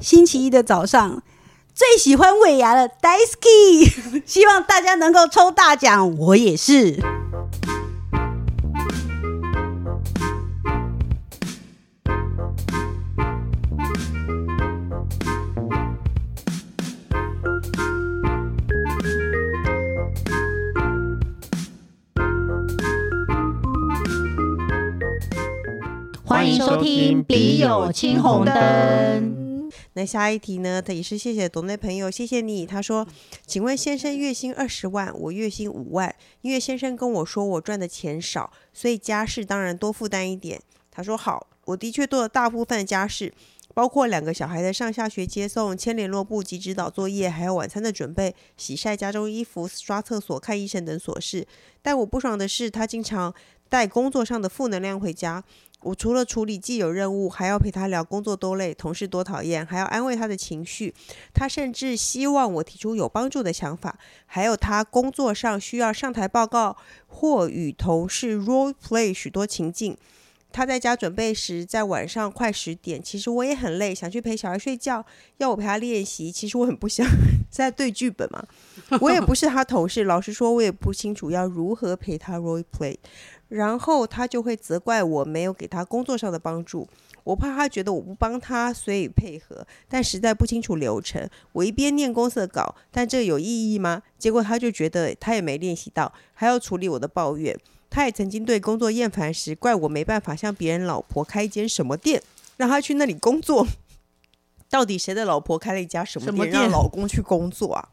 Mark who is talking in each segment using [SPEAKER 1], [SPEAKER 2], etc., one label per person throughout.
[SPEAKER 1] 星期一的早上，最喜欢尾牙了 d a i s k y 希望大家能够抽大奖，我也是。
[SPEAKER 2] 欢迎收听《笔友青红灯》。
[SPEAKER 1] 哎
[SPEAKER 3] 那下一题呢？也是谢谢董内朋友，谢谢你。他说：“请问先生月薪二十万，我月薪五万，因为先生跟我说我赚的钱少，所以家事当然多负担一点。”他说：“好，我的确做了大部分的家事，包括两个小孩的上下学接送、签联络簿及指导作业，还有晚餐的准备、洗晒家中衣服、刷厕所、看医生等琐事。但我不爽的是，他经常带工作上的负能量回家，我除了处理既有任务，还要陪他聊工作多累、同事多讨厌，还要安慰他的情绪。他甚至希望我提出有帮助的想法，还有他工作上需要上台报告或与同事 role play 许多情境。他在家准备时，在晚上快十点，其实我也很累，想去陪小孩睡觉，要我陪他练习，其实我很不想 在对剧本嘛。我也不是他同事，老实说，我也不清楚要如何陪他 role play。然后他就会责怪我没有给他工作上的帮助。我怕他觉得我不帮他，所以配合，但实在不清楚流程。我一边念公司的稿，但这有意义吗？结果他就觉得他也没练习到，还要处理我的抱怨。他也曾经对工作厌烦时，怪我没办法像别人老婆开一间什么店，让他去那里工作。到底谁的老婆开了一家什么
[SPEAKER 2] 什
[SPEAKER 3] 店，
[SPEAKER 2] 么店
[SPEAKER 3] 让老公去工作啊？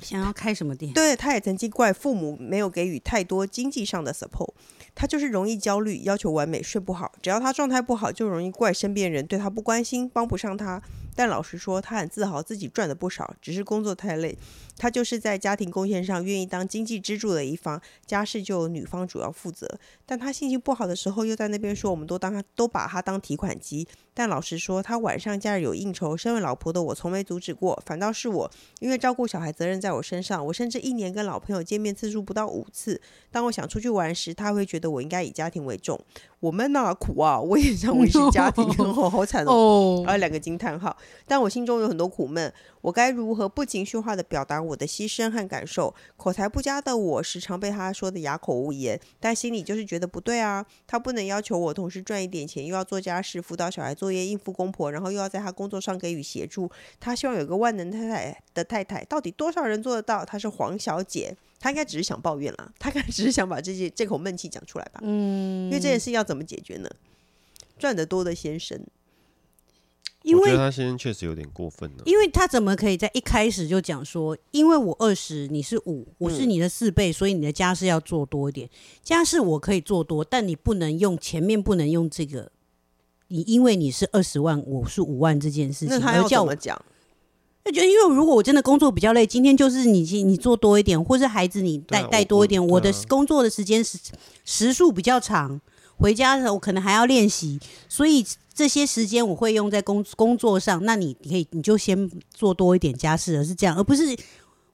[SPEAKER 1] 想要开什么店？
[SPEAKER 3] 对，他也曾经怪父母没有给予太多经济上的 support，他就是容易焦虑，要求完美，睡不好。只要他状态不好，就容易怪身边人对他不关心，帮不上他。但老实说，他很自豪自己赚的不少，只是工作太累。他就是在家庭贡献上愿意当经济支柱的一方，家事就由女方主要负责。但他心情不好的时候，又在那边说我们都当他都把他当提款机。但老实说，他晚上假日有应酬，身为老婆的我从没阻止过，反倒是我因为照顾小孩责任在我身上，我甚至一年跟老朋友见面次数不到五次。当我想出去玩时，他会觉得我应该以家庭为重。我们呐、苦啊，我也想维持家庭，哦，好惨哦。
[SPEAKER 2] 哦
[SPEAKER 3] 还有两个惊叹号，但我心中有很多苦闷，我该如何不情绪化的表达我的牺牲和感受？口才不佳的我，时常被他说的哑口无言，但心里就是觉得不对啊。他不能要求我同时赚一点钱，又要做家事、辅导小孩作业、应付公婆，然后又要在他工作上给予协助。他希望有个万能太太的太太，到底多少人做得到？她是黄小姐，她应该只是想抱怨啦，她应该只是想把这些这口闷气讲出来吧。
[SPEAKER 2] 嗯
[SPEAKER 3] 因为这件事要怎么解决呢？赚得多的先生，
[SPEAKER 1] 因
[SPEAKER 4] 我觉
[SPEAKER 1] 为
[SPEAKER 4] 得他先生确实有点过分了、
[SPEAKER 1] 因为他怎么可以在一开始就讲说，因为我二十，你是五，我是你的四倍，所以你的家事要做多一点。家事我可以做多，但你不能用前面不能用这个，你因为你是二十万，我是五万这件事
[SPEAKER 3] 那
[SPEAKER 1] 情，
[SPEAKER 3] 他
[SPEAKER 1] 而
[SPEAKER 3] 要
[SPEAKER 1] 叫
[SPEAKER 3] 怎
[SPEAKER 1] 我
[SPEAKER 3] 么讲？
[SPEAKER 1] 就觉得，因为如果我真的工作比较累，今天就是你你做多一点，或是孩子你带
[SPEAKER 4] 对啊
[SPEAKER 1] 带
[SPEAKER 4] 我
[SPEAKER 1] 多一点，
[SPEAKER 4] 我
[SPEAKER 1] 我的
[SPEAKER 4] 对啊
[SPEAKER 1] 工作的时间时时数比较长，回家的时候我可能还要练习，所以这些时间我会用在工工作上。那你你可以你就先做多一点家事，而是这样，而不是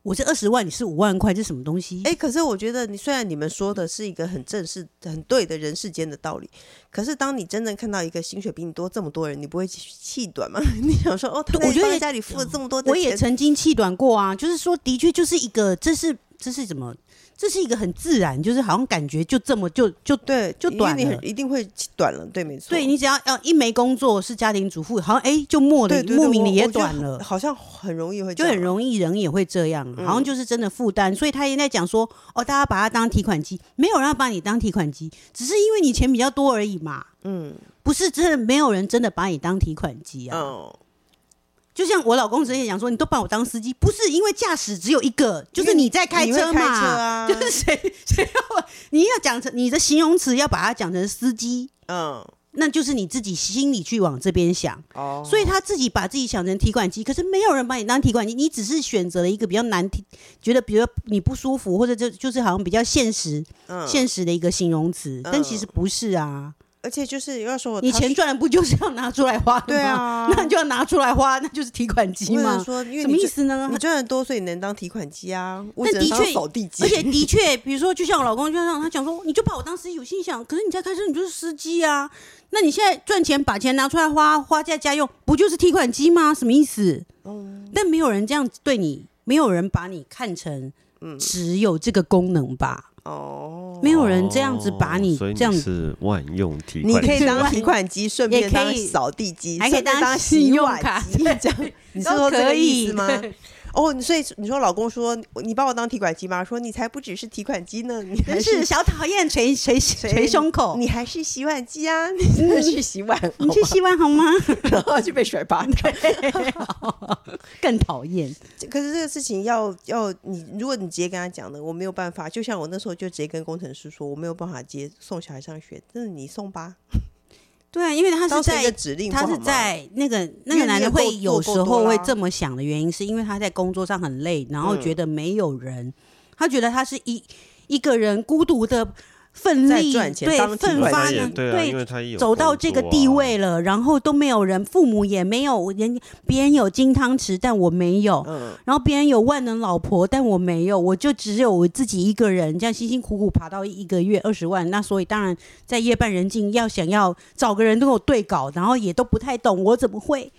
[SPEAKER 1] 我是二十万，你是五万块，这什么东西？
[SPEAKER 3] 哎、可是我觉得你虽然你们说的是一个很正式、很对的人世间的道理，可是当你真正看到一个薪水比你多这么多人，你不会气短吗？ 你想说哦，他
[SPEAKER 1] 对我觉得
[SPEAKER 3] 帮
[SPEAKER 1] 也
[SPEAKER 3] 家里付了这么多的
[SPEAKER 1] 我也
[SPEAKER 3] 钱
[SPEAKER 1] 曾经气短过啊，就是说，的确就是一个，这是这是怎么？这是一个很自然，就是好像感觉就这么就就
[SPEAKER 3] 对，
[SPEAKER 1] 就
[SPEAKER 3] 因为
[SPEAKER 1] 短
[SPEAKER 3] 你
[SPEAKER 1] 了
[SPEAKER 3] 很一定会气短了，对，没错，
[SPEAKER 1] 对你只要要一没工作是家庭主妇，好像哎、就莫
[SPEAKER 3] 对
[SPEAKER 1] 名
[SPEAKER 3] 对
[SPEAKER 1] 莫名的
[SPEAKER 3] 我
[SPEAKER 1] 也
[SPEAKER 3] 我觉得
[SPEAKER 1] 短了，
[SPEAKER 3] 好像很嗯容易会
[SPEAKER 1] 就
[SPEAKER 3] 这
[SPEAKER 1] 很
[SPEAKER 3] 样
[SPEAKER 1] 容易人也会这样，好像就是真的负担。所以他也在讲说，哦，大家把他当提款机，没有人要把你当提款机，只是因为你钱比较多而已嘛。
[SPEAKER 3] 嗯
[SPEAKER 1] 不是真的，没有人真的把你当提款机啊！
[SPEAKER 3] 嗯，
[SPEAKER 1] 就像我老公之前讲说，你都把我当司机，不是因为驾驶只有一个，就是
[SPEAKER 3] 因为
[SPEAKER 1] 你在开
[SPEAKER 3] 你会
[SPEAKER 1] 车嘛，
[SPEAKER 3] 开车啊
[SPEAKER 1] 就是谁谁要你要讲成你的形容词要把它讲成司机，
[SPEAKER 3] 嗯，
[SPEAKER 1] 那就是你自己心里去往这边想。
[SPEAKER 3] 哦，
[SPEAKER 1] 所以他自己把自己想成提款机，可是没有人把你当提款机，你只是选择了一个比较难听，觉得比如你不舒服，或者就就是好像比较现实、
[SPEAKER 3] 嗯
[SPEAKER 1] 现实的一个形容词，但其
[SPEAKER 3] 嗯
[SPEAKER 1] 实不是啊。
[SPEAKER 3] 而且就是要说我
[SPEAKER 1] 你
[SPEAKER 3] 他
[SPEAKER 1] 钱赚了不就是要拿出来花的吗？
[SPEAKER 3] 对啊
[SPEAKER 1] 那你就要拿出来花，那就是提款机
[SPEAKER 3] 我只
[SPEAKER 1] 嘛
[SPEAKER 3] 能。说，因为
[SPEAKER 1] 什么意
[SPEAKER 3] 你赚
[SPEAKER 1] 思呢
[SPEAKER 3] 你？赚的多，所以你能当提款机啊。我
[SPEAKER 1] 但
[SPEAKER 3] 只能
[SPEAKER 1] 的
[SPEAKER 3] 当
[SPEAKER 1] 确
[SPEAKER 3] 扫地机，
[SPEAKER 1] 而且的确，比如说，就像我老公就让他讲说，你就把我当司机，我心啊想，可是你在开车，你就是司机啊。那你现在赚钱，把钱拿出来花，花在家用，不就是提款机吗？什么意思？
[SPEAKER 4] 哦
[SPEAKER 1] 但没有人这样对你，没有人把你看成
[SPEAKER 4] 嗯
[SPEAKER 1] 只有这个功能吧？
[SPEAKER 3] 哦，
[SPEAKER 1] 没有人这样子把你
[SPEAKER 4] 哦所以
[SPEAKER 1] 这样子，
[SPEAKER 4] 是万用提
[SPEAKER 3] 你
[SPEAKER 4] 款机，
[SPEAKER 3] 可以当提款机，顺
[SPEAKER 1] 也
[SPEAKER 3] 便
[SPEAKER 1] 可
[SPEAKER 3] 当
[SPEAKER 1] 以
[SPEAKER 3] 扫地机，
[SPEAKER 1] 还可以
[SPEAKER 3] 甚至
[SPEAKER 1] 当
[SPEAKER 3] 当
[SPEAKER 1] 信
[SPEAKER 3] 洗
[SPEAKER 1] 用
[SPEAKER 3] 碗
[SPEAKER 1] 卡
[SPEAKER 3] 机这样。 你是
[SPEAKER 1] 都
[SPEAKER 3] 说这个
[SPEAKER 1] 可
[SPEAKER 3] 意
[SPEAKER 1] 以
[SPEAKER 3] 思吗？ 哦，所以你说老公说你把我当提款机吗？说你才不只是提款机呢，你还
[SPEAKER 1] 真是小讨厌捶捶捶胸口。
[SPEAKER 3] 你还是洗碗机啊，你真的去洗碗，
[SPEAKER 1] 你去洗碗好哦吗？
[SPEAKER 3] 然后 就被甩巴掌。
[SPEAKER 1] 更讨厌。
[SPEAKER 3] 可是这个事情要要你，如果你直接跟他讲的，我没有办法。就像我那时候就直接跟工程师说，我没有办法接送小孩上学，那你送吧，
[SPEAKER 1] 对，啊因为他
[SPEAKER 3] 当
[SPEAKER 1] 是
[SPEAKER 3] 成一个
[SPEAKER 1] 在
[SPEAKER 3] 指令不好
[SPEAKER 1] 他
[SPEAKER 3] 吗，
[SPEAKER 1] 是在那个那个
[SPEAKER 3] 因为
[SPEAKER 1] 男
[SPEAKER 3] 你也
[SPEAKER 1] 的
[SPEAKER 3] 够
[SPEAKER 1] 会有
[SPEAKER 3] 做
[SPEAKER 1] 时
[SPEAKER 3] 够多
[SPEAKER 1] 候
[SPEAKER 3] 啦
[SPEAKER 1] 会这么想的原因，是因为他在工作上很累，然后
[SPEAKER 3] 嗯
[SPEAKER 1] 觉得没有人，他觉得他是一一个人孤独的奋
[SPEAKER 3] 在
[SPEAKER 1] 力
[SPEAKER 3] 赚钱
[SPEAKER 1] 对
[SPEAKER 3] 当提
[SPEAKER 1] 奋
[SPEAKER 3] 款
[SPEAKER 1] 发
[SPEAKER 3] 机
[SPEAKER 4] 也
[SPEAKER 1] 呢
[SPEAKER 4] 对啊，因为他也有
[SPEAKER 1] 走到这个
[SPEAKER 4] 工作啊
[SPEAKER 1] 地位，了，然后都没有人，父母也没有人，别人有金汤匙，但我没有。
[SPEAKER 3] 嗯，
[SPEAKER 1] 然后别人有万能老婆，但我没有，我就只有我自己一个人，这样辛辛苦苦爬到一个月二十万，那所以当然在夜半人静，要想要找个人跟我对稿，然后也都不太懂我怎么会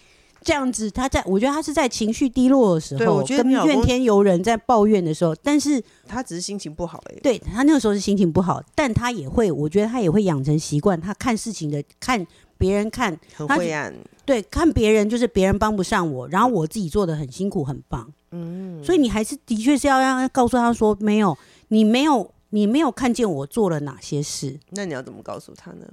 [SPEAKER 1] 这样子。他在我觉得他是在情绪低落的时候，
[SPEAKER 3] 对我觉得
[SPEAKER 1] 跟
[SPEAKER 3] 你老公
[SPEAKER 1] 怨天尤人在抱怨的时候，但是
[SPEAKER 3] 他只是心情不好而已。
[SPEAKER 1] 对他那个时候是心情不好，但他也会，我觉得他也会养成习惯，他看事情的看别人看
[SPEAKER 3] 很
[SPEAKER 1] 他
[SPEAKER 3] 灰
[SPEAKER 1] 就
[SPEAKER 3] 暗，
[SPEAKER 1] 对，看别人就是别人帮不上我，然后我自己做的很辛苦，很棒。嗯，所以你还是的确是要让他告诉他说，没有，你没有，你没有看见我做了哪些事。
[SPEAKER 3] 那你要怎么告诉他呢？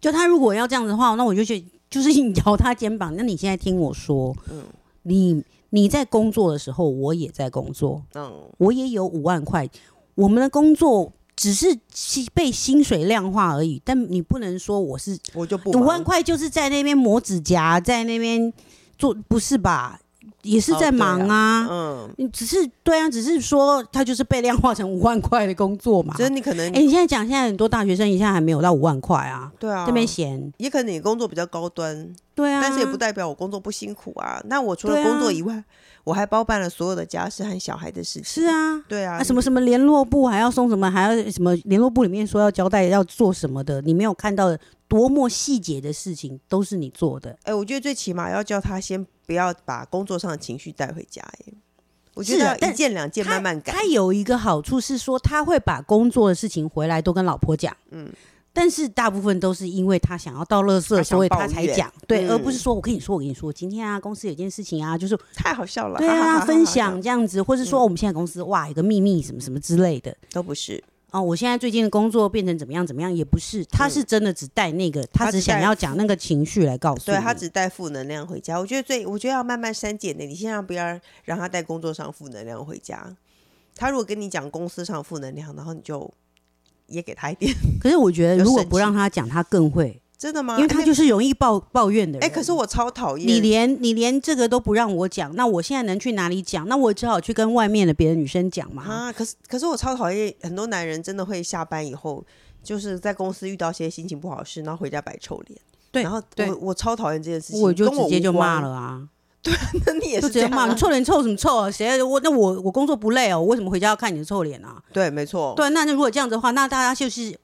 [SPEAKER 1] 就他如果要这样子的话，那我就去，就是你摇他肩膀。那你现在听我说，嗯，你你在工作的时候，我也在工作，
[SPEAKER 3] 嗯，
[SPEAKER 1] 我也有五万块，我们的工作。只是薪被薪水量化而已，但你不能说我是
[SPEAKER 3] 我就不
[SPEAKER 1] 五万
[SPEAKER 3] 忙，
[SPEAKER 1] 块就是在那边磨指甲，在那边做，不是吧？也是
[SPEAKER 3] 哦
[SPEAKER 1] 在
[SPEAKER 3] 对
[SPEAKER 1] 忙啊。
[SPEAKER 3] 嗯，
[SPEAKER 1] 你只是对啊，只是说他就是被量化成五 万块的工作嘛。
[SPEAKER 3] 所以你可能
[SPEAKER 1] 哎、你现在讲，现在很多大学生一下还没有到五万块啊，
[SPEAKER 3] 对啊，
[SPEAKER 1] 这边闲。
[SPEAKER 3] 也可能你工作比较高端，
[SPEAKER 1] 对啊，
[SPEAKER 3] 但是也不代表我工作不辛苦啊。那我除了
[SPEAKER 1] 对啊
[SPEAKER 3] 工作以外，我还包办了所有的家事和小孩的事情。
[SPEAKER 1] 是，啊。
[SPEAKER 3] 对啊，
[SPEAKER 1] 啊，什么什么联络部还要送什么，还要什么联络部里面说要交代要做什么的，你没有看到的多么细节的事情都是你做的。
[SPEAKER 3] 哎、我觉得最起码要叫他先不要把工作上的情绪带回家、哎，我觉
[SPEAKER 1] 是
[SPEAKER 3] 得
[SPEAKER 1] 啊
[SPEAKER 3] 要
[SPEAKER 1] 但
[SPEAKER 3] 一件两件
[SPEAKER 1] 他
[SPEAKER 3] 慢慢改
[SPEAKER 1] 他。有一个好处是说，他会把工作的事情回来都跟老婆讲，嗯。但是大部分都是因为他想要到乐
[SPEAKER 3] 他
[SPEAKER 1] 色，
[SPEAKER 3] 想
[SPEAKER 1] 所以他
[SPEAKER 3] 抱
[SPEAKER 1] 才
[SPEAKER 3] 怨
[SPEAKER 1] 讲，对，
[SPEAKER 3] 嗯
[SPEAKER 1] 而不是说我跟你说，我跟你说，今天啊，公司有件事情啊，就是
[SPEAKER 3] 太好笑了，
[SPEAKER 1] 对
[SPEAKER 3] 哈哈哈
[SPEAKER 1] 啊，
[SPEAKER 3] 哈
[SPEAKER 1] 分
[SPEAKER 3] 哈
[SPEAKER 1] 享这样
[SPEAKER 3] 嗯
[SPEAKER 1] 子，或是说哦我们现在公司哇有个秘密什么什么之类的
[SPEAKER 3] 都不是，
[SPEAKER 1] 啊，我现在最近的工作变成怎么样怎么样，也不是，他是真的只带那个，他
[SPEAKER 3] 嗯他
[SPEAKER 1] 只
[SPEAKER 3] 只带
[SPEAKER 1] 想要讲那个情绪来告诉
[SPEAKER 3] 对
[SPEAKER 1] 你，
[SPEAKER 3] 他只带负能量回家。我觉得最，我觉得要慢慢删减的，你先让不要让他带工作上负能量回家。他如果跟你讲公司上负能量，然后你就也给他一点，
[SPEAKER 1] 可是我觉得
[SPEAKER 3] 要
[SPEAKER 1] 如果
[SPEAKER 3] 生
[SPEAKER 1] 不
[SPEAKER 3] 气
[SPEAKER 1] 让他讲，他更会，
[SPEAKER 3] 真的吗？
[SPEAKER 1] 因为他
[SPEAKER 3] 哎
[SPEAKER 1] 就是容易抱抱怨的人。
[SPEAKER 3] 哎、可是我超讨厌
[SPEAKER 1] 你连你连这个都不让我讲，那我现在能去哪里讲？那我只好去跟外面的别的女生讲嘛。
[SPEAKER 3] 啊！可是可是我超讨厌很多男人真的会下班以后，就是在公司遇到些心情不好的事，然后回家摆臭脸。
[SPEAKER 1] 对
[SPEAKER 3] 然后
[SPEAKER 1] 对
[SPEAKER 3] 我我超讨厌这件事情，
[SPEAKER 1] 我就
[SPEAKER 3] 跟
[SPEAKER 1] 直接
[SPEAKER 3] 无
[SPEAKER 1] 就骂
[SPEAKER 3] 关
[SPEAKER 1] 了。啊，
[SPEAKER 3] 那你也
[SPEAKER 1] 就是直接
[SPEAKER 3] 这样
[SPEAKER 1] 骂
[SPEAKER 3] 啊
[SPEAKER 1] 你臭脸臭什么臭啊？谁我那我我工作不累哦，我为什么回家要看你的臭脸啊？
[SPEAKER 3] 对，没错，
[SPEAKER 1] 对，那如果这样子的话，那大家就是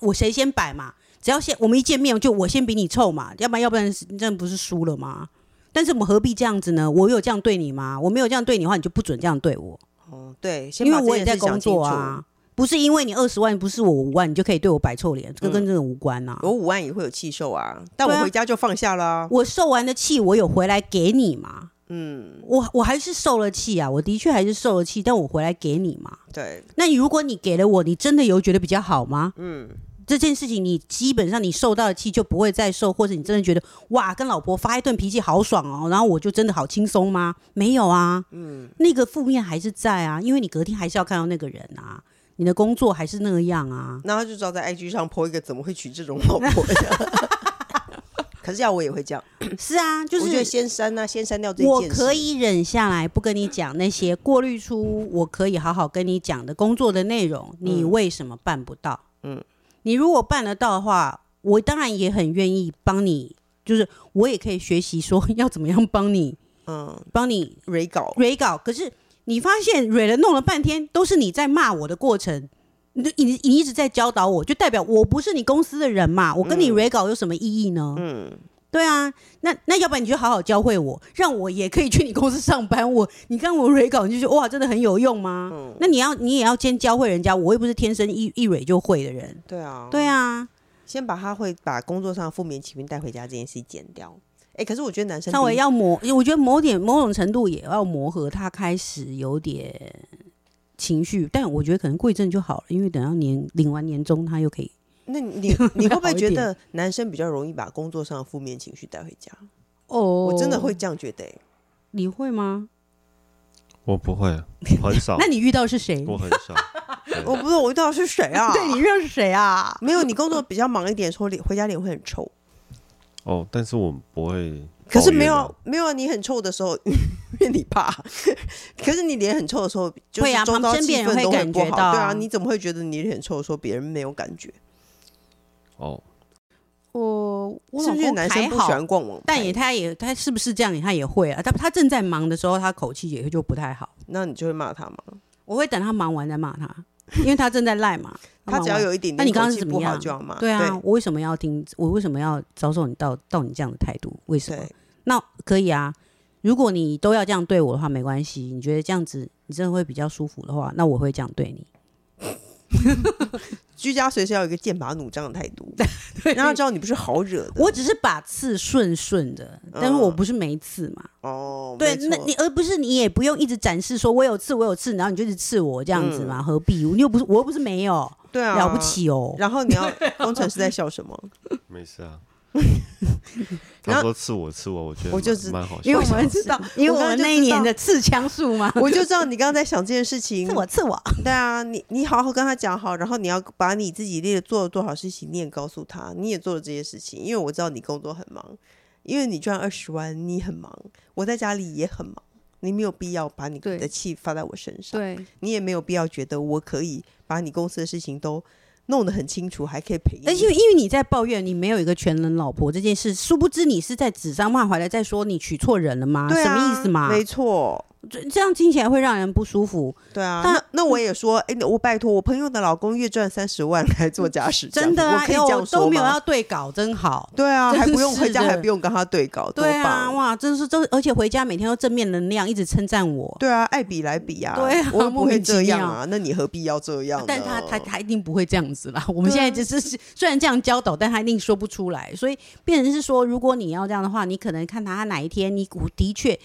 [SPEAKER 1] 我谁先摆嘛？只要先我们一见面就我先比你臭嘛，要不然要不然是这样不是输了吗？但是我们何必这样子呢？我有这样对你吗？我没有这样对你的话，你就不准这样对我。
[SPEAKER 3] 哦对，先
[SPEAKER 1] 因为
[SPEAKER 3] 把这
[SPEAKER 1] 我也在
[SPEAKER 3] 件事想
[SPEAKER 1] 工
[SPEAKER 3] 清
[SPEAKER 1] 作
[SPEAKER 3] 楚。
[SPEAKER 1] 啊，不是因为你二十万，不是我五万，你就可以对我摆臭脸，这个
[SPEAKER 3] 嗯
[SPEAKER 1] 跟这个无关啊。
[SPEAKER 3] 我五万也会有气受啊，但
[SPEAKER 1] 对啊
[SPEAKER 3] 我回家就放下啦。
[SPEAKER 1] 我受完的气，我有回来给你嘛？
[SPEAKER 3] 嗯，
[SPEAKER 1] 我我还是受了气啊，我的确还是受了气，但我回来给你嘛。
[SPEAKER 3] 对，
[SPEAKER 1] 那你如果你给了我，你真的有觉得比较好吗？
[SPEAKER 3] 嗯，
[SPEAKER 1] 这件事情你基本上你受到的气就不会再受，或者你真的觉得哇，跟老婆发一顿脾气好爽哦，然后我就真的好轻松吗？没有啊，嗯，那个负面还是在啊，因为你隔天还是要看到那个人啊，你的工作还是那样啊。
[SPEAKER 3] 然后就知道在 IG 上 po 一个怎么会娶这种老婆呀？ 可是要我也会这样，
[SPEAKER 1] 是啊，就
[SPEAKER 3] 我觉得
[SPEAKER 1] 是
[SPEAKER 3] 先删啊，先删掉这
[SPEAKER 1] 我
[SPEAKER 3] 件事。
[SPEAKER 1] 可以忍下来不跟你讲那些，过滤出我可以好好跟你讲的工作的内容，你为什么办不到？嗯
[SPEAKER 3] 嗯，
[SPEAKER 1] 你如果办得到的话，我当然也很愿意帮你，就是我也可以学习说要怎么样帮你
[SPEAKER 3] 嗯
[SPEAKER 1] 帮你
[SPEAKER 3] ，re 稿，
[SPEAKER 1] 蕊稿，可是你发现蕊了弄了半天，都是你在骂我的过程。你就你你一直在教导我，就代表我不是你公司的人嘛？我跟你
[SPEAKER 3] 嗯
[SPEAKER 1] 蕊稿有什么意义呢？
[SPEAKER 3] 嗯，
[SPEAKER 1] 对啊，那那要不然你就好好教会我，让我也可以去你公司上班。我你看我蕊稿，你就觉得哇，真的很有用吗？
[SPEAKER 3] 嗯
[SPEAKER 1] 那你要你也要先教会人家，我又不是天生一一蕊就会的人。
[SPEAKER 3] 对啊，
[SPEAKER 1] 对啊，
[SPEAKER 3] 先把他会把工作上的负面情绪带回家这件事剪掉。哎，可是我觉得男生
[SPEAKER 1] 稍微
[SPEAKER 3] 比
[SPEAKER 1] 要磨，我觉得某点某种程度也要磨合，他开始有点情绪，但我觉得可能过一阵就好了，因为等到年领完年终，他又可以。
[SPEAKER 3] 那你你你会 不
[SPEAKER 1] 好
[SPEAKER 3] 会
[SPEAKER 1] 一
[SPEAKER 3] 觉
[SPEAKER 1] 点
[SPEAKER 3] 得男生比较容易把工作上的负面情绪带回家？
[SPEAKER 1] 哦，
[SPEAKER 3] 我真的会，这样觉得、欸。
[SPEAKER 1] 你会吗？
[SPEAKER 4] 我不 会，很少
[SPEAKER 1] 那，你遇到是谁？
[SPEAKER 4] 我很少。对
[SPEAKER 3] 我不知道我遇到是谁 啊？
[SPEAKER 1] 对你遇到是谁啊？
[SPEAKER 3] 没有，你工作比较忙一点，说脸回家脸会很臭。
[SPEAKER 4] 哦，但是我不会。
[SPEAKER 1] 啊
[SPEAKER 4] 啊
[SPEAKER 3] 可是没有，啊没有，你很臭的时候， 因为你怕。 可是你脸很臭的时候，就
[SPEAKER 1] 会
[SPEAKER 3] 是
[SPEAKER 1] 啊
[SPEAKER 3] 周遭
[SPEAKER 1] 旁边
[SPEAKER 3] 气
[SPEAKER 1] 别人
[SPEAKER 3] 氛
[SPEAKER 1] 会
[SPEAKER 3] 都很
[SPEAKER 1] 感
[SPEAKER 3] 不
[SPEAKER 1] 觉
[SPEAKER 3] 好。
[SPEAKER 1] 到啊
[SPEAKER 3] 对啊，你怎么会觉得你脸很臭的时候别人没有感觉？
[SPEAKER 4] 哦，
[SPEAKER 1] 我我
[SPEAKER 3] 是
[SPEAKER 1] 老
[SPEAKER 3] 不是
[SPEAKER 1] 公
[SPEAKER 3] 男
[SPEAKER 1] 还
[SPEAKER 3] 生不喜
[SPEAKER 1] 好
[SPEAKER 3] 欢哎逛网拍？
[SPEAKER 1] 但也他也他是不是这样？他也会啊。他他正在忙的时候，他口气也就不太好。
[SPEAKER 3] 那你就会骂他吗？
[SPEAKER 1] 我会等他忙完再骂他， 因为他正在赖嘛。
[SPEAKER 3] 他
[SPEAKER 1] 忙
[SPEAKER 3] 只要
[SPEAKER 1] 完
[SPEAKER 3] 有一点
[SPEAKER 1] 那
[SPEAKER 3] 点
[SPEAKER 1] 你刚
[SPEAKER 3] 口
[SPEAKER 1] 刚是
[SPEAKER 3] 气
[SPEAKER 1] 怎
[SPEAKER 3] 不
[SPEAKER 1] 么
[SPEAKER 3] 好
[SPEAKER 1] 样
[SPEAKER 3] 就要骂。
[SPEAKER 1] 对啊，我为什么要听？我为什么要遭受你到到你这样的态度？为什么
[SPEAKER 3] 对？，
[SPEAKER 1] 那可以啊，如果你都要这样对我的话，没关系。你觉得这样子你真的会比较舒服的话，那我会这样对你。
[SPEAKER 3] 居家随时要有一个剑拔弩张的态 度，让他知道你不是好惹的。
[SPEAKER 1] 我只是把刺顺顺的，但是我不是没刺嘛。
[SPEAKER 3] 哦，
[SPEAKER 1] 对，
[SPEAKER 3] 没
[SPEAKER 1] 那
[SPEAKER 3] 错
[SPEAKER 1] 你而不是你也不用一直展示说我有刺，我有刺，然后你就一直刺我这样子嘛？何必？你又不是我又不是没有，
[SPEAKER 3] 对啊，
[SPEAKER 1] 了不。起哦。
[SPEAKER 3] 然后你要工程师在笑什么？
[SPEAKER 4] 没事啊。他
[SPEAKER 3] 然后
[SPEAKER 4] 说吃我吃我，我觉得
[SPEAKER 3] 我就
[SPEAKER 4] 蛮
[SPEAKER 3] 知
[SPEAKER 4] 蛮好笑的，
[SPEAKER 1] 因为我们
[SPEAKER 3] 知道
[SPEAKER 1] 因为
[SPEAKER 3] 我
[SPEAKER 1] 我
[SPEAKER 3] 刚刚
[SPEAKER 1] 们
[SPEAKER 3] 就
[SPEAKER 1] 那一
[SPEAKER 3] 知
[SPEAKER 1] 年
[SPEAKER 3] 道
[SPEAKER 1] 的刺枪术嘛，
[SPEAKER 3] 我就知道你刚刚在想这件事情
[SPEAKER 1] 刺。我刺我，
[SPEAKER 3] 对啊，你你好好跟他讲好，然后你要把你自己列做了多少事情，你也告诉他，你也做了这些事情，因为我知道你工作很忙，因为你赚二十万，你很忙，我在家里也很忙，你没有必要把你
[SPEAKER 1] 对
[SPEAKER 3] 的气发在我身上。
[SPEAKER 1] 对，
[SPEAKER 3] 你也没有必要觉得我可以把你公司的事情都弄得很清楚，还可以陪 你。
[SPEAKER 1] 而且因为因为你在抱怨你没有一个全能老婆这件事，殊不知你是在指桑骂槐的在说你娶错人了吗？
[SPEAKER 3] 对、啊、
[SPEAKER 1] 什么意思嘛？
[SPEAKER 3] 没错，
[SPEAKER 1] 这这样听起来会让人不舒服，
[SPEAKER 3] 对啊。
[SPEAKER 1] 但
[SPEAKER 3] 那那我也说，哎、我拜托，我朋友的老公月赚三十万来做家事，
[SPEAKER 1] 真的
[SPEAKER 3] 这样
[SPEAKER 1] 啊！
[SPEAKER 3] 子我可以
[SPEAKER 1] 哎呦
[SPEAKER 3] 这样说
[SPEAKER 1] 都没有
[SPEAKER 3] 吗
[SPEAKER 1] 要对稿，真好。
[SPEAKER 3] 对啊，还不用
[SPEAKER 1] 真是
[SPEAKER 3] 回家，还
[SPEAKER 1] 的
[SPEAKER 3] 不用跟他对稿，多
[SPEAKER 1] 对啊，
[SPEAKER 3] 棒！
[SPEAKER 1] 哇，真是都，而且回家每天都正面能量，一直称赞我。
[SPEAKER 3] 对啊，爱比来比啊，
[SPEAKER 1] 对啊
[SPEAKER 3] 我又
[SPEAKER 1] 莫
[SPEAKER 3] 不
[SPEAKER 1] 名
[SPEAKER 3] 会
[SPEAKER 1] 其
[SPEAKER 3] 这样
[SPEAKER 1] 妙
[SPEAKER 3] 啊，那你何必要这样呢？
[SPEAKER 1] 但他
[SPEAKER 3] 哦
[SPEAKER 1] 他他一定不会这样子啦。我们现
[SPEAKER 3] 对啊
[SPEAKER 1] 在只是虽然这样教导，但他一定说不出来。所以变成是说，如果你要这样的话，你可能看他他哪一天，你的确，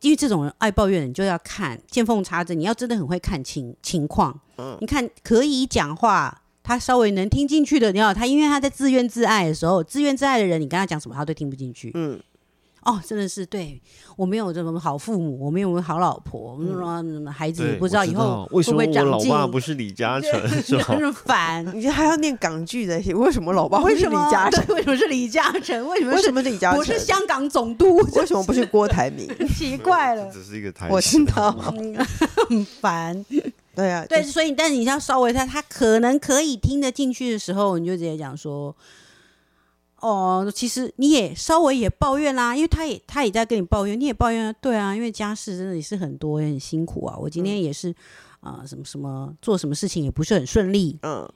[SPEAKER 1] 因为这种人爱抱怨，你就要看见缝插针，你要真的很会看情情况。你看可以讲话。他稍微能听进去的，你要他，因为他在自怨自艾的时候，自怨自艾的人，你跟他讲什么，他都听不进去。
[SPEAKER 3] 嗯，
[SPEAKER 1] 哦，真的是，对我没有这种好父母，我没有好老婆，什么什么孩子
[SPEAKER 4] 嗯对
[SPEAKER 1] 也不知道以后
[SPEAKER 4] 为
[SPEAKER 1] 会
[SPEAKER 4] 什
[SPEAKER 1] 不
[SPEAKER 4] 么
[SPEAKER 1] 会
[SPEAKER 4] 我
[SPEAKER 1] 长
[SPEAKER 4] 老
[SPEAKER 1] 进。
[SPEAKER 4] 爸不是李嘉 诚是
[SPEAKER 1] 就
[SPEAKER 4] 吧？
[SPEAKER 1] 很 烦。
[SPEAKER 3] 你还要念港剧的，为什么老爸
[SPEAKER 1] 为
[SPEAKER 3] 是
[SPEAKER 1] 什
[SPEAKER 3] 李
[SPEAKER 1] 么？
[SPEAKER 3] 嘉 诚？
[SPEAKER 1] 对，为什么是李嘉 诚？为什么
[SPEAKER 3] 为
[SPEAKER 1] 是
[SPEAKER 3] 什？么李嘉诚？
[SPEAKER 1] 我是香港总督，
[SPEAKER 3] 为什么不是郭台铭？
[SPEAKER 1] 奇怪了
[SPEAKER 4] 这，只是一个台
[SPEAKER 3] 我
[SPEAKER 4] 词。
[SPEAKER 3] 知道，
[SPEAKER 1] 很烦。
[SPEAKER 3] 对啊，
[SPEAKER 1] 对，所以但是你要稍微他他可能可以听得进去的时候，你就直接讲说。哦，其实你也稍微也抱怨啦，因为他也他也在跟你抱怨，你也抱怨啊，对啊，因为家事真的也是很多，也很辛苦啊。我今天也是啊、呃什么什么做什么事情也不是很顺利，
[SPEAKER 3] 嗯，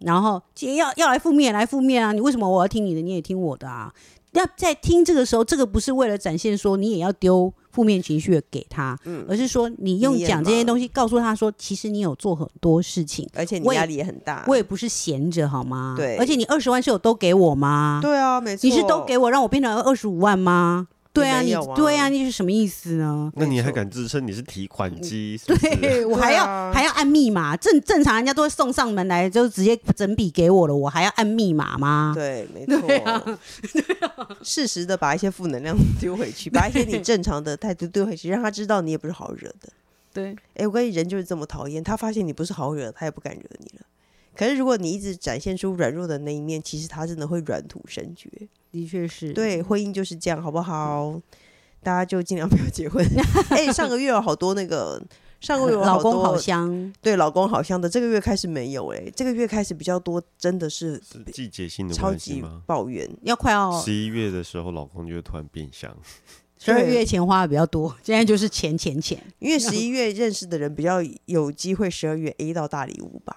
[SPEAKER 1] 然后其实要要来负面来负面啊！你为什么我要听你的，你也听我的啊？要在听这个时候，这个不是为了展现说你也要丢负面情绪给他，
[SPEAKER 3] 嗯
[SPEAKER 1] 而是说你用
[SPEAKER 3] 你也
[SPEAKER 1] 讲这些
[SPEAKER 3] 忙
[SPEAKER 1] 东西告诉他说，其实你有做很多事情，
[SPEAKER 3] 而且你
[SPEAKER 1] 我也
[SPEAKER 3] 压力也很大。
[SPEAKER 1] 我也不是闲着好吗？
[SPEAKER 3] 啊对
[SPEAKER 1] 而且你二十万是有都给我吗？
[SPEAKER 3] 对啊，没错，
[SPEAKER 1] 你是都给我让我变成二十五万吗？对啊，
[SPEAKER 3] 也没
[SPEAKER 1] 你
[SPEAKER 3] 有啊
[SPEAKER 1] 对啊，你是什么意思 呢？
[SPEAKER 4] 那你还
[SPEAKER 3] 没错
[SPEAKER 4] 敢自称你是提款机？是不是
[SPEAKER 1] 对我还要、
[SPEAKER 3] 啊
[SPEAKER 1] 还要按密码，正正常人家都会送上门来，就直接整笔给我了，我还要按密码吗？
[SPEAKER 3] 对，没错，对啊，适时的把一些负能量丢回去，把一些你正常的态度丢回去，让他知道你也不是好惹的。
[SPEAKER 1] 对，
[SPEAKER 3] 哎，我跟你人就是这么讨厌，他发现你不是好惹，他也不敢惹你了。可是如果你一直展现出软弱的那一面，其实他真的会软土生绝。
[SPEAKER 1] 的确是，
[SPEAKER 3] 对，婚姻就是这样，好不好？大家就尽量不要结婚。 哎、上个月有好多那个，上个月有
[SPEAKER 1] 老
[SPEAKER 3] 多
[SPEAKER 1] 公好香，
[SPEAKER 3] 对老公好像的，这个月开始没有哎、这个月开始比较多，真的是
[SPEAKER 4] 是季节性的
[SPEAKER 3] 超
[SPEAKER 4] 关系
[SPEAKER 3] 级
[SPEAKER 4] 吗？
[SPEAKER 3] 抱怨。
[SPEAKER 1] 要快要
[SPEAKER 4] 十一月的时候，老公就会突然变相，
[SPEAKER 1] 十二月前花的比较多，现在就是钱钱钱。
[SPEAKER 3] 因为 十一月认识的人比较有机会，十二月 A 到大礼物吧。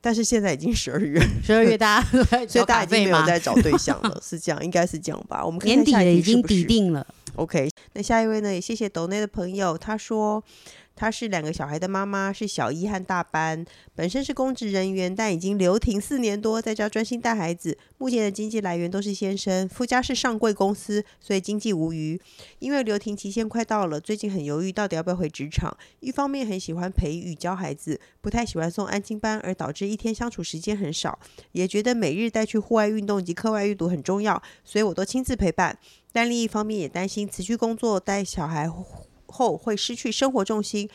[SPEAKER 3] 但是现在已经十二月，
[SPEAKER 1] 十二月大家都在
[SPEAKER 3] 所以
[SPEAKER 1] 找
[SPEAKER 3] 大
[SPEAKER 1] 卡
[SPEAKER 3] 家已经
[SPEAKER 1] 费
[SPEAKER 3] 没有
[SPEAKER 1] 嘛，
[SPEAKER 3] 在找对象 了，是这样，应该是这样吧？我们看看
[SPEAKER 1] 年底
[SPEAKER 3] 下一
[SPEAKER 1] 了
[SPEAKER 3] 题
[SPEAKER 1] 已
[SPEAKER 3] 是
[SPEAKER 1] 经
[SPEAKER 3] 不
[SPEAKER 1] 底
[SPEAKER 3] 是
[SPEAKER 1] 定了，
[SPEAKER 3] OK，那下一位呢？也谢谢抖内的朋友，他说他是两个小孩的妈妈，是小一和大班，本身是公职人员，但已经留停四年多，在家专心带孩子。目前的经济来源都是先生，夫家是上柜公司，所以经济无余。因为留停期限快到了，最近很犹豫到底要不要回职场。一方面很喜欢培育教孩子，不太喜欢送安亲班，而导致一天相处时间很少，也觉得每日带去户外运动及课外阅读很重要，所以我都亲自陪伴。但另一方面也担心辞去工作带小孩后会失去生活重心，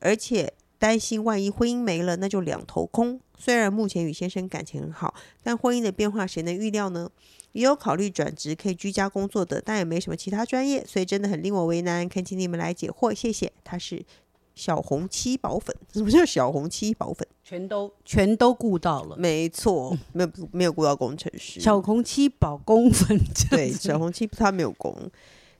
[SPEAKER 3] 而且担心万一婚姻没了，那就两头空。虽然目前与先生感情很好，但婚姻的变化谁能预料呢？也有考虑转职可以居家工作的，但也没什么其他专业，所以真的很令我为难。恳请你们来解惑，谢谢。他是小红七宝粉，什么叫小红七宝粉？嗯
[SPEAKER 1] 全都全都顾到了。
[SPEAKER 3] 没错，没有没有顾到工程师，
[SPEAKER 1] 小红七宝公粉 这样
[SPEAKER 3] 对，
[SPEAKER 1] 子
[SPEAKER 3] 小红七他没有攻。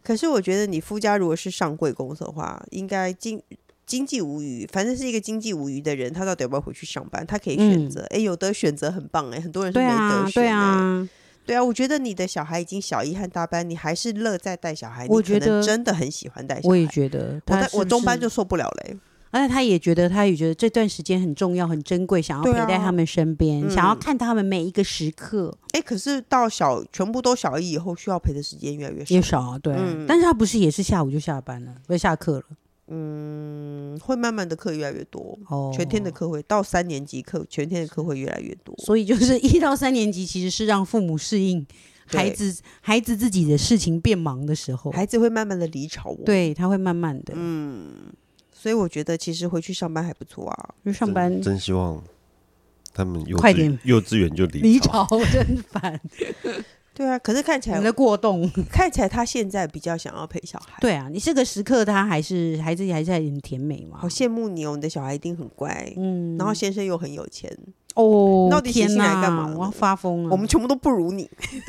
[SPEAKER 3] 可是我觉得你夫家如果是上柜公司的话，应该经经济无余，反正是一个经济无余的人，他到底要不要回去上班？他可以选
[SPEAKER 1] 嗯
[SPEAKER 3] 择，哎、有的选择很棒哎、很多人是
[SPEAKER 1] 对
[SPEAKER 3] 没
[SPEAKER 1] 啊
[SPEAKER 3] 得选、
[SPEAKER 1] 对，
[SPEAKER 3] 哎，
[SPEAKER 1] 啊，
[SPEAKER 3] 对啊，我觉得你的小孩已经小一和大班，你还是乐在带小孩，
[SPEAKER 1] 我
[SPEAKER 3] 你可
[SPEAKER 1] 觉
[SPEAKER 3] 能
[SPEAKER 1] 得
[SPEAKER 3] 真的很喜欢带小
[SPEAKER 1] 我也
[SPEAKER 3] 孩。
[SPEAKER 1] 觉得
[SPEAKER 3] 我
[SPEAKER 1] 他是
[SPEAKER 3] 在
[SPEAKER 1] 不
[SPEAKER 3] 我中班
[SPEAKER 1] 是
[SPEAKER 3] 就受不了嘞、
[SPEAKER 1] 而且他也觉得，他也觉得这段时间很重要、很珍贵，想要
[SPEAKER 3] 对
[SPEAKER 1] 陪
[SPEAKER 3] 啊
[SPEAKER 1] 在他们身边，
[SPEAKER 3] 嗯
[SPEAKER 1] 想要看他们每一个时刻
[SPEAKER 3] 哎、可是到小全部都小一以后，需要陪的时间越来越少
[SPEAKER 1] 也。少啊。对啊，
[SPEAKER 3] 嗯
[SPEAKER 1] 但是他不是也是下午就下班了，不是下课了
[SPEAKER 3] 嗯，会慢慢的课越来越多，
[SPEAKER 1] 哦，
[SPEAKER 3] 全天的。课会到三年级课，全天的课会越来越多。
[SPEAKER 1] 所以就是 一到三年级，其实是让父母适应
[SPEAKER 3] 对
[SPEAKER 1] 孩子孩子自己的事情变忙的时候，
[SPEAKER 3] 孩子会慢慢的离巢我。，
[SPEAKER 1] 对他会慢慢的，
[SPEAKER 3] 嗯，所以我觉得其实回去上班还不错啊。
[SPEAKER 1] 就上
[SPEAKER 4] 真
[SPEAKER 1] 班
[SPEAKER 4] 真希望他们幼
[SPEAKER 1] 快
[SPEAKER 4] 稚
[SPEAKER 1] 点
[SPEAKER 4] 幼稚园就离
[SPEAKER 1] 离巢 真烦，
[SPEAKER 3] 对啊，可是看起
[SPEAKER 1] 我
[SPEAKER 3] 来
[SPEAKER 1] 们的过动。
[SPEAKER 3] 看起来他现在比较想要陪小孩。，
[SPEAKER 1] 对啊，你这个时刻他还是孩子还是很甜美嘛
[SPEAKER 3] 好。羡慕你哦，你的小孩一定很乖。
[SPEAKER 1] 嗯，
[SPEAKER 3] 然后先生又很有钱，
[SPEAKER 1] 哦，
[SPEAKER 3] 到底写
[SPEAKER 1] 天
[SPEAKER 3] 信来干
[SPEAKER 1] 哪
[SPEAKER 3] 嘛了
[SPEAKER 1] 我要
[SPEAKER 3] 呢
[SPEAKER 1] 发疯了。
[SPEAKER 3] 我们全部都不如你，
[SPEAKER 1] 嗯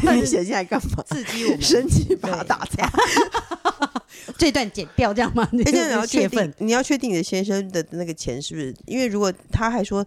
[SPEAKER 1] 对，
[SPEAKER 3] 你写下来干嘛？
[SPEAKER 1] 刺激 我们
[SPEAKER 3] 生气把 他打
[SPEAKER 1] 对
[SPEAKER 3] 岔。
[SPEAKER 1] 这段剪掉，这样吗？而
[SPEAKER 3] 而 哎且你要确
[SPEAKER 1] 泄
[SPEAKER 3] 定
[SPEAKER 1] 愤，，
[SPEAKER 3] 你要确定你的先生的那个钱是不是？因为如果他还说，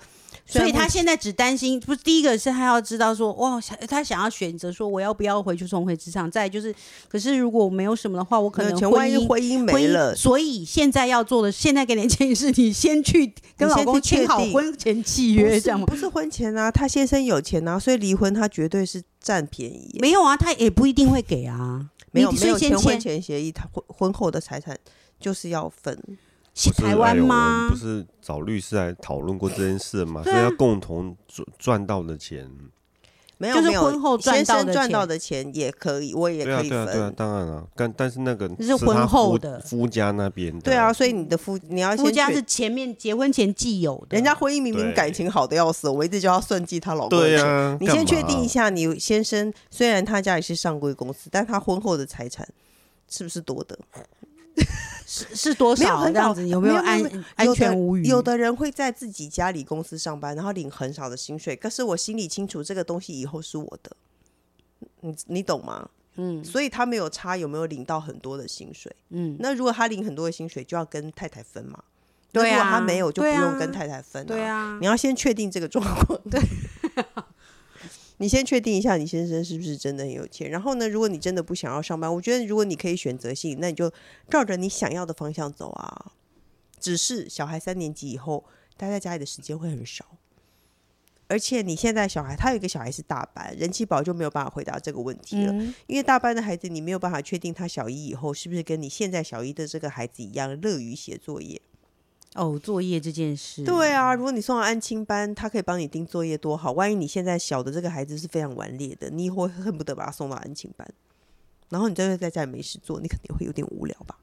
[SPEAKER 3] 虽
[SPEAKER 1] 所
[SPEAKER 3] 然
[SPEAKER 1] 以他
[SPEAKER 3] 目
[SPEAKER 1] 现在只担心，不是第一个是他要知道说，哇，想他想要选择说我要不要回去重回职场，再来就是，可是如果我没有什么的话，我可
[SPEAKER 3] 没有
[SPEAKER 1] 能
[SPEAKER 3] 呃钱
[SPEAKER 1] 婚
[SPEAKER 3] 万一
[SPEAKER 1] 姻
[SPEAKER 3] 婚姻
[SPEAKER 1] 婚
[SPEAKER 3] 没
[SPEAKER 1] 姻
[SPEAKER 3] 了，
[SPEAKER 1] 所以现在要做的，现在给你的建议是你先去跟
[SPEAKER 3] 你
[SPEAKER 1] 老
[SPEAKER 3] 先
[SPEAKER 1] 公
[SPEAKER 3] 去确
[SPEAKER 1] 签好
[SPEAKER 3] 定
[SPEAKER 1] 婚前契
[SPEAKER 3] 不
[SPEAKER 1] 约，
[SPEAKER 3] 是
[SPEAKER 1] 这样吗？
[SPEAKER 3] 不是婚前啊，他先生有钱啊，所以离婚他绝对是占便宜耶。
[SPEAKER 1] 没有啊，他也不一定会给啊。
[SPEAKER 3] 没有
[SPEAKER 1] 你
[SPEAKER 3] 没
[SPEAKER 1] 所以
[SPEAKER 3] 有
[SPEAKER 1] 先
[SPEAKER 3] 前婚
[SPEAKER 1] 签
[SPEAKER 3] 前协议，他婚婚后的财产就是要分。
[SPEAKER 4] 不是
[SPEAKER 1] 台湾
[SPEAKER 4] 哎呦我们
[SPEAKER 1] 吗
[SPEAKER 4] 不？是找律师来讨论过这件事嘛？是
[SPEAKER 1] 对啊
[SPEAKER 4] 要共同赚赚到的钱。
[SPEAKER 3] 没有
[SPEAKER 1] 就是
[SPEAKER 3] 没有，
[SPEAKER 1] 婚后赚
[SPEAKER 3] 先
[SPEAKER 1] 到
[SPEAKER 3] 生
[SPEAKER 1] 的
[SPEAKER 3] 赚到
[SPEAKER 1] 钱
[SPEAKER 3] 的钱也可以，我也
[SPEAKER 4] 对啊，
[SPEAKER 3] 可以
[SPEAKER 4] 对啊，对啊
[SPEAKER 3] 分，。
[SPEAKER 4] 当然了，但但是那个
[SPEAKER 1] 这是
[SPEAKER 4] 他
[SPEAKER 1] 婚后
[SPEAKER 4] 夫
[SPEAKER 1] 的
[SPEAKER 4] 夫家那边的，
[SPEAKER 3] 对啊，，所以你的夫你要
[SPEAKER 1] 夫
[SPEAKER 3] 先
[SPEAKER 1] 家
[SPEAKER 3] 确
[SPEAKER 1] 是前面结婚前既有的，
[SPEAKER 3] 人家婚姻明明
[SPEAKER 4] 对
[SPEAKER 3] 感情好的要死，我一直就要算计她老公的
[SPEAKER 4] 对
[SPEAKER 3] 钱。
[SPEAKER 4] 啊，
[SPEAKER 3] 你
[SPEAKER 4] 干
[SPEAKER 3] 先确
[SPEAKER 4] 嘛
[SPEAKER 3] 定一，下，你先生虽然他家里是上柜公司，但他婚后的财产是不是多的？
[SPEAKER 1] 是是多
[SPEAKER 3] 没有
[SPEAKER 1] 少
[SPEAKER 3] 很
[SPEAKER 1] 这样
[SPEAKER 3] 少
[SPEAKER 1] 子？有
[SPEAKER 3] 没
[SPEAKER 1] 没有
[SPEAKER 3] 有没有
[SPEAKER 1] 安
[SPEAKER 3] 没有
[SPEAKER 1] 安
[SPEAKER 3] 有的
[SPEAKER 1] 全无虞？
[SPEAKER 3] 有的人会在自己家里公司上班，然后领很少的薪水，可是我心里清楚这个东西以后是我的，你你懂吗？嗯，所以他没有差有没有领到很多的薪水。嗯，那如果他领很多的薪水，就要跟太太分嘛。那
[SPEAKER 1] 对啊
[SPEAKER 3] 如果他没有，就不
[SPEAKER 1] 对啊
[SPEAKER 3] 用跟太太分、
[SPEAKER 1] 对
[SPEAKER 3] 啊，
[SPEAKER 1] 啊
[SPEAKER 3] 你，要先确定这个状况。 对。你先确定一下你先生是不是真的很有钱，然后呢，如果你真的不想要上班，我觉得如果你可以选择性，那你就照着你想要的方向走啊。只是小孩三年级以后，待在家里的时间会很少，而且你现在小孩，他有一个小孩是大班，人气宝就没有办法回答这个问题了，
[SPEAKER 1] 嗯
[SPEAKER 3] 因为大班的孩子你没有办法确定他小一以后是不是跟你现在小一的这个孩子一样乐于写作业。
[SPEAKER 1] 哦，作业这件事，
[SPEAKER 3] 对啊，
[SPEAKER 1] 嗯
[SPEAKER 3] 如果你送到安亲班，他可以帮你盯作业，多好！万一你现在小的这个孩子是非常顽劣的，你以后会恨不得把他送到安亲班，然后你真的在家里没事做，你肯定会有点无聊吧？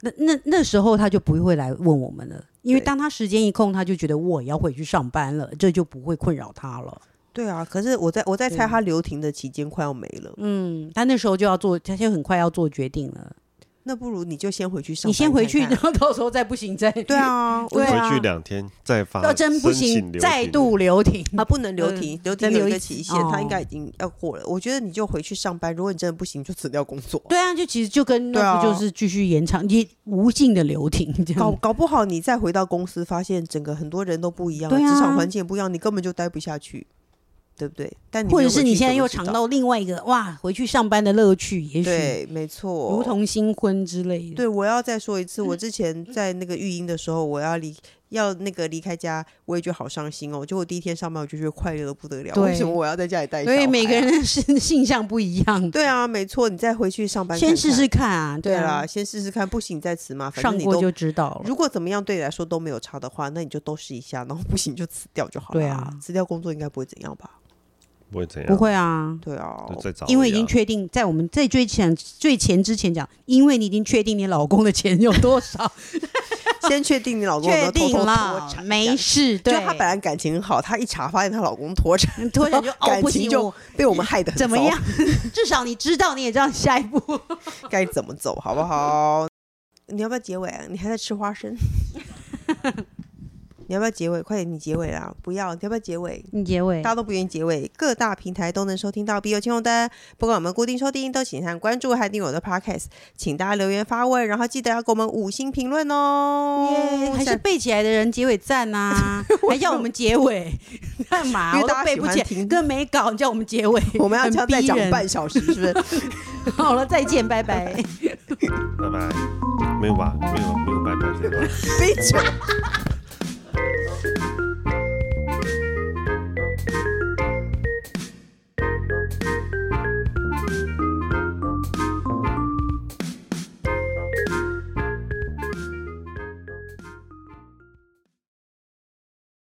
[SPEAKER 1] 那那那时候他就不会来问我们了。因为
[SPEAKER 3] 对
[SPEAKER 1] 当他时间一空，他就觉得我也要回去上班了，这就不会困扰他了。
[SPEAKER 3] 对啊，可是我在我在猜
[SPEAKER 1] 嗯
[SPEAKER 3] 他留停的期间快要没了，
[SPEAKER 1] 嗯，他那时候就要做，他就很快要做决定了。
[SPEAKER 3] 那不如你就先回去上班
[SPEAKER 1] 你先回去，
[SPEAKER 3] 看
[SPEAKER 1] 然
[SPEAKER 3] 看
[SPEAKER 1] 后到时候再不行再
[SPEAKER 3] 对。啊，我
[SPEAKER 1] 对啊
[SPEAKER 4] 回去两天再发，
[SPEAKER 1] 要真不
[SPEAKER 4] 申请
[SPEAKER 1] 行，
[SPEAKER 4] 留
[SPEAKER 1] 再
[SPEAKER 4] 停
[SPEAKER 1] 度留停。
[SPEAKER 3] 啊，不能留
[SPEAKER 1] 嗯
[SPEAKER 3] 停，留
[SPEAKER 1] 再
[SPEAKER 3] 停有
[SPEAKER 1] 留
[SPEAKER 3] 一
[SPEAKER 1] 一
[SPEAKER 3] 个
[SPEAKER 1] 次
[SPEAKER 3] 期限，他应
[SPEAKER 1] 哦
[SPEAKER 3] 该已经要过了。我觉得你就回去上班，如果你真的不行，就辞掉工作。
[SPEAKER 1] 对啊，就其实就跟
[SPEAKER 3] 对
[SPEAKER 1] 那
[SPEAKER 3] 啊
[SPEAKER 1] 不就是继续延长，也无尽的留停这
[SPEAKER 3] 搞
[SPEAKER 1] 样。
[SPEAKER 3] 搞不好你再回到公司，发现整个很多人都不一样了，
[SPEAKER 1] 对
[SPEAKER 3] 职、
[SPEAKER 1] 啊
[SPEAKER 3] 场环境也不一样，你根本就待不下去，对不对？但你
[SPEAKER 1] 或
[SPEAKER 3] 没
[SPEAKER 1] 者
[SPEAKER 3] 有
[SPEAKER 1] 是
[SPEAKER 3] 回
[SPEAKER 1] 你
[SPEAKER 3] 去
[SPEAKER 1] 现在
[SPEAKER 3] 怎么
[SPEAKER 1] 又
[SPEAKER 3] 知
[SPEAKER 1] 尝
[SPEAKER 3] 道
[SPEAKER 1] 到另外一个哇，回去上班的乐趣，也许
[SPEAKER 3] 对，没错，
[SPEAKER 1] 如同嗯新婚之类的。
[SPEAKER 3] 对，我要再说一次，我之前在那个育婴的时候，我要离要那个离开家，我也觉得好伤心哦。就我第一天上班，我就觉得快乐的不得了。为什
[SPEAKER 1] 对
[SPEAKER 3] 么我要在家里待、
[SPEAKER 1] 所以每个人。的性 性向不一样，
[SPEAKER 3] 啊对啊，没错，你再回去上班看
[SPEAKER 1] 先
[SPEAKER 3] 看，
[SPEAKER 1] 试试看啊，
[SPEAKER 3] 对
[SPEAKER 1] 啊
[SPEAKER 3] 啦，，先试试看，不行再辞嘛，反正
[SPEAKER 1] 上
[SPEAKER 3] 你
[SPEAKER 1] 过
[SPEAKER 3] 都
[SPEAKER 1] 就知道了。
[SPEAKER 3] 如果怎么样对你来说都没有差的话，那你就都试一下，然后不行就辞掉就好了。
[SPEAKER 1] 对啊
[SPEAKER 3] 辞掉工作应该不会怎样吧？
[SPEAKER 4] 不会怎样，
[SPEAKER 1] 不会啊，
[SPEAKER 3] 对啊，
[SPEAKER 4] 就再找一样，
[SPEAKER 1] 因为已经确定，在我们在最前最前之前讲，因为你已经确定你老公的钱有多少，
[SPEAKER 3] 先确定你 老公有没
[SPEAKER 1] 确
[SPEAKER 3] 有偷
[SPEAKER 1] 定
[SPEAKER 3] 偷脱
[SPEAKER 1] 了
[SPEAKER 3] 产，，
[SPEAKER 1] 没。事。
[SPEAKER 3] 就
[SPEAKER 1] 对，
[SPEAKER 3] 他本来感情很好，他一查发现她老公脱产，
[SPEAKER 1] 突然 就 哦
[SPEAKER 3] 感
[SPEAKER 1] 不
[SPEAKER 3] 情
[SPEAKER 1] 行，
[SPEAKER 3] 就
[SPEAKER 1] 我
[SPEAKER 3] 被我们害得很
[SPEAKER 1] 怎么
[SPEAKER 3] 糟
[SPEAKER 1] 样？ 至少你知道，你也知道下一步。
[SPEAKER 3] 该怎么走，好不好？你要不要结尾啊？你还在吃花 生？你要不要结尾？快点，你结尾啦！不要，你要不要结尾？
[SPEAKER 1] 你 结尾
[SPEAKER 3] 大家都不愿意结尾，各大平台都能收听到《笔友青红灯》，不管我们固定收听，都请按关注还订阅我的 Podcast，请大家留言发问，然后记得要给我们五星评论哦。
[SPEAKER 1] 耶，还是背起来的人结尾赞 呐，还要我们结尾干嘛？
[SPEAKER 3] 因为
[SPEAKER 1] 我
[SPEAKER 3] 大
[SPEAKER 1] 都
[SPEAKER 3] 家
[SPEAKER 1] 背
[SPEAKER 3] 喜
[SPEAKER 1] 不
[SPEAKER 3] 欢
[SPEAKER 1] 起来，
[SPEAKER 3] 听
[SPEAKER 1] 跟没搞，你叫我们结尾，
[SPEAKER 3] 我们要
[SPEAKER 1] 很
[SPEAKER 3] 这样再
[SPEAKER 1] 逼
[SPEAKER 3] 讲
[SPEAKER 1] 人
[SPEAKER 3] 半小时，是不是？
[SPEAKER 1] 好了，再见，拜拜。
[SPEAKER 4] 拜拜，没有吧？没有没有拜拜，对吧？
[SPEAKER 3] 非常。